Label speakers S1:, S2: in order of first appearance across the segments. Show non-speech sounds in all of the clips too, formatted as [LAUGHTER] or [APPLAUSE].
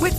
S1: With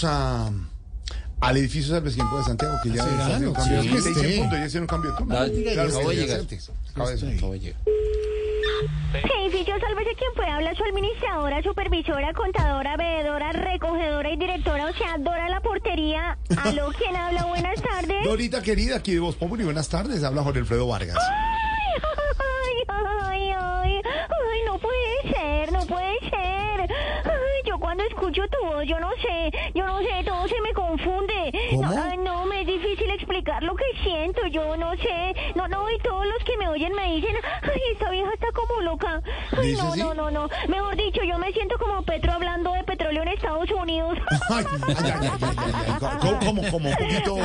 S2: Vamos a- al edificio Salves quien pueda de Santiago, que ya está haciendo un cambio de turno. Ya hicieron punto, ya hicieron un cambio de turno.
S3: Ah,
S2: Claro,
S3: acabo de
S2: ya
S3: llegar.
S2: antes. Acaba de
S3: Por
S2: subir.
S3: favor, llega.
S4: Edificio, sálvese quien pueda habla su administradora, supervisora, contadora, veedora, recogedora y directora, o sea, adora la portería. Aló, ¿quién habla? Buenas tardes.
S2: Dorita querida, aquí de Voz Populi, buenas tardes. Habla Jorge Alfredo Vargas. [LAUGHS]
S4: Ay, ay, ay, ay, ay, no puede ser, no puede ser. Ay, yo cuando escucho tu voz, yo no sé, yo no sé, todo se me confunde.
S2: ¿Cómo?
S4: No, ay, no, me es difícil explicar lo que siento, yo no sé. No, no, y todos los que me oyen me dicen, ay, esta vieja está como loca. Ay,
S2: ¿Dice
S4: no,
S2: así?
S4: no, no, no. Mejor dicho, yo me siento como Petro hablando de petróleo en Estados Unidos. [LAUGHS]
S2: Ay, ay, ay, ay, ay, ay. Co- co- Como, como un poquito,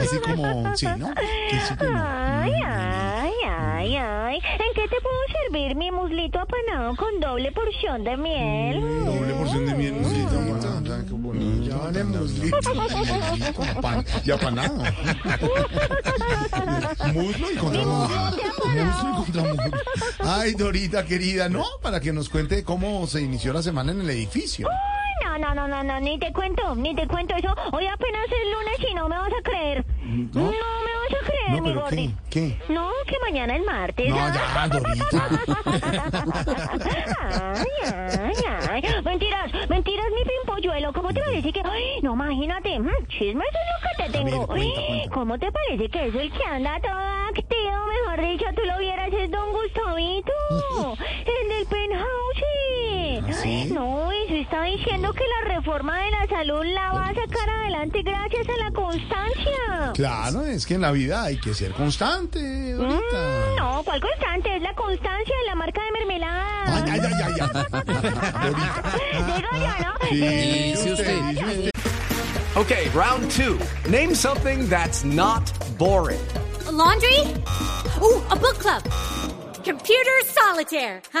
S2: así como, sí, ¿no? Que sí, que no.
S4: Ay, ay, ay, ay. ¿En qué te puedo servir mi muslito apanado con doble porción de miel?
S2: Doble porción de miel, muslito. ah, tan que bonito, tan
S4: [LAUGHS]
S2: muslito, como pan, Y apanado. Muslo y contra muslo. Muslo y contra muslo. Ay, Dorita querida, ¿no? Para que nos cuente cómo se inició la semana en el edificio.
S4: Ay, No, no, no, no, no, ni te cuento, ni te cuento eso. Hoy apenas es lunes y no me vas a creer. No, me vas a creer,
S2: No,
S4: mi
S2: pero ¿qué?
S4: gordi.
S2: ¿Qué?
S4: No, que mañana es martes.
S2: No,
S4: ¿ah?
S2: ya, Dorita.
S4: Ay, ay, ay. Mentiras, mentiras, mi pimpolluelo. ¿Cómo te parece que.? Ay, no, imagínate. mm, Chismes es lo que te
S2: A ver,
S4: tengo.
S2: cuenta,
S4: Ay,
S2: cuenta.
S4: ¿Cómo te parece que es el que anda todo activo? Mejor dicho, tú lo vieras, es
S2: [LAUGHS]
S4: don Gustavito. el del penthouse.
S2: ¿Ah, sí?
S4: No, eso está diciendo que la reforma de la salud la va a sacar adelante gracias a la constancia.
S2: Claro, es que en la vida hay que ser constante,
S4: Mm,
S2: Dorita.
S4: no, ¿cuál constante? Es la constancia de la marca de mermelada.
S2: Ay, ay, ay, ay, ay. Dorita.
S4: Digo yo, ¿no?
S2: Dice usted, dice usted.
S5: Okay, round two. Name something that's not boring.
S6: laundry? Ooh, a book club. Computer solitaire, huh?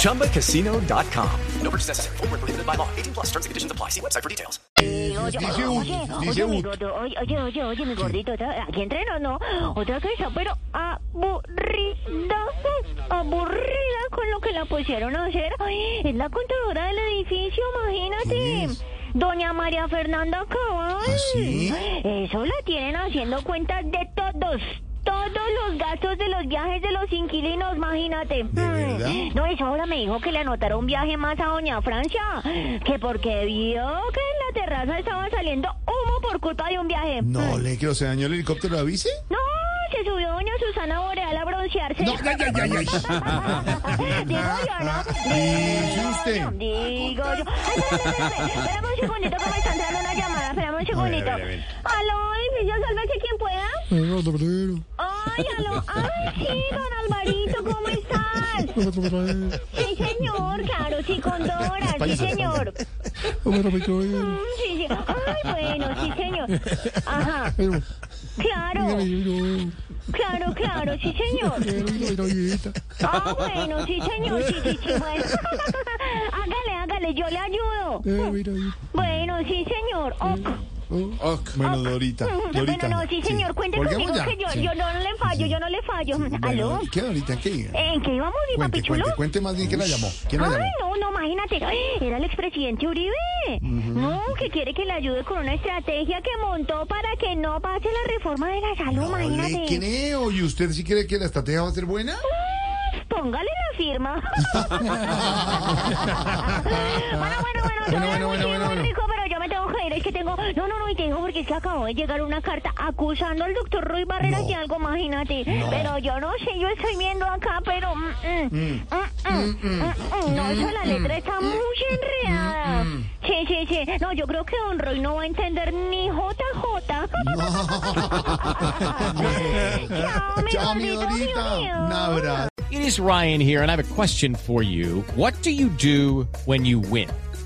S5: ChumbaCasino.com. No purchase necessary. Void where prohibited by law. 18 plus terms and conditions apply. See website for details.
S4: Oye,
S2: Dice
S4: oye,
S2: ut,
S4: oye,
S2: dice
S4: mi
S2: ut.
S4: gordo, oye, oye, oye, oye, mi gordito, ¿sabes? aquí entreno, ¿no? Otra cosa, pero aburrida, aburrida con lo que la pusieron a hacer. Ay, es la contadora del edificio,
S2: ¿Quién
S4: imagínate.
S2: es?
S4: Doña María Fernanda Cabal.
S2: ¿Ah, sí?
S4: Eso la tienen haciendo cuentas de todos. Todos los gastos de los viajes de los inquilinos, imagínate.
S2: ¿De verdad?
S4: No, eso ahora me dijo que le anotara un viaje más a Doña Francia. Que porque vio que en la terraza estaba saliendo humo por culpa de un viaje.
S2: No
S4: Mm.
S2: le creo, ¿se dañó el helicóptero de la bici?
S4: No, se subió Doña Susana Boreal a broncearse.
S2: No, ay, ay, ay, ay.
S4: Digo yo, ¿no?
S2: Dice usted.
S4: Digo yo. Ay, espérame, espérame, espérame un segundito que me están dando una llamada. Espérame un
S2: A ver, a
S4: segundito.
S2: ver, a ver.
S4: Aló, edificio, sálvese quien pueda. Ay, aló. Ay, sí, don Alvarito, ¿cómo estás? Sí, señor, claro, sí, con Dora, sí, señor. Mm, Sí, sí. Ay, bueno, sí, señor. Ajá. Claro, claro, claro, sí, señor. Ah, bueno, sí, señor, sí, sí, sí, bueno. [LAUGHS] hágale, hágale, yo le
S2: Eh.
S4: ayudo. Bueno, sí, señor.
S2: Mm,
S4: Ok.
S2: Bueno,
S4: [LAUGHS]
S2: Dorita,
S4: Mm,
S2: Dorita.
S4: Bueno, no, sí, señor, cuente
S2: Colguemos ya.
S4: conmigo que yo,
S2: Sí.
S4: yo no le fallo, yo no le fallo.
S2: Bueno,
S4: ¿Aló?
S2: ¿y ¿Qué, Dorita? ¿Qué iba?
S4: ¿En qué íbamos, mi
S2: Cuente,
S4: papi chulo?
S2: cuente, cuente más bien quién la llamó. ¿Quién la llamó?
S4: Ay, no, no, imagínate. [GASPS] Ay, Era el expresidente Uribe. No, que quiere que le ayude con una estrategia que montó para que no pase la reforma de la salud,
S2: No le
S4: imagínate.
S2: creo. ¿Y usted sí cree que la estrategia va a ser buena?
S4: Pues, Póngale la firma. [LAUGHS] bueno, bueno, bueno,
S2: Bueno,
S4: bueno,
S2: bueno,
S4: bueno,
S2: bueno, bueno, bueno.
S4: rico, pero yo me tengo que ir. es que tengo. No, no, no, y te digo porque es que acabó de llegar una carta acusando al doctor Ruy Barreras
S2: No.
S4: de algo, imagínate. Pero yo no sé, yo estoy viendo acá, pero. mm, mm, mm, mm, mm, mm, No, esa la letra está muy enredada. Sí, sí, sí. No, yo creo que Don Roy no va a entender ni [LAUGHS] JJ. Chao, mi
S2: Chao, mi
S4: gordito,
S2: Dorita.
S4: mío.
S2: Un abrazo.
S3: It is Ryan here, and I have a question for you. What do you do when you win?